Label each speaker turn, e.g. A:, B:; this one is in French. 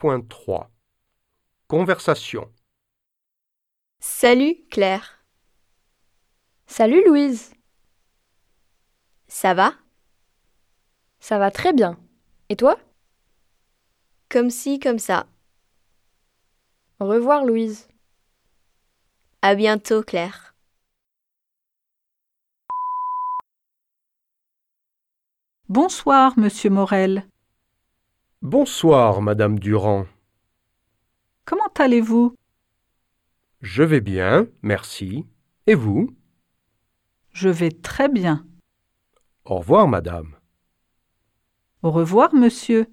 A: 1.3 Conversation
B: Salut Claire.
C: Salut Louise,
B: Ça va
C: ça va très bien. Et toi
B: Comme ci, comme ça.
C: Au revoir Louise.
B: À bientôt Claire.
D: Bonsoir, monsieur Morel.
A: Bonsoir, Madame Durand.
D: Comment allez-vous
A: Je vais bien, merci. Et vous
D: Je vais très bien.
A: Au revoir, Madame.
D: Au revoir, monsieur.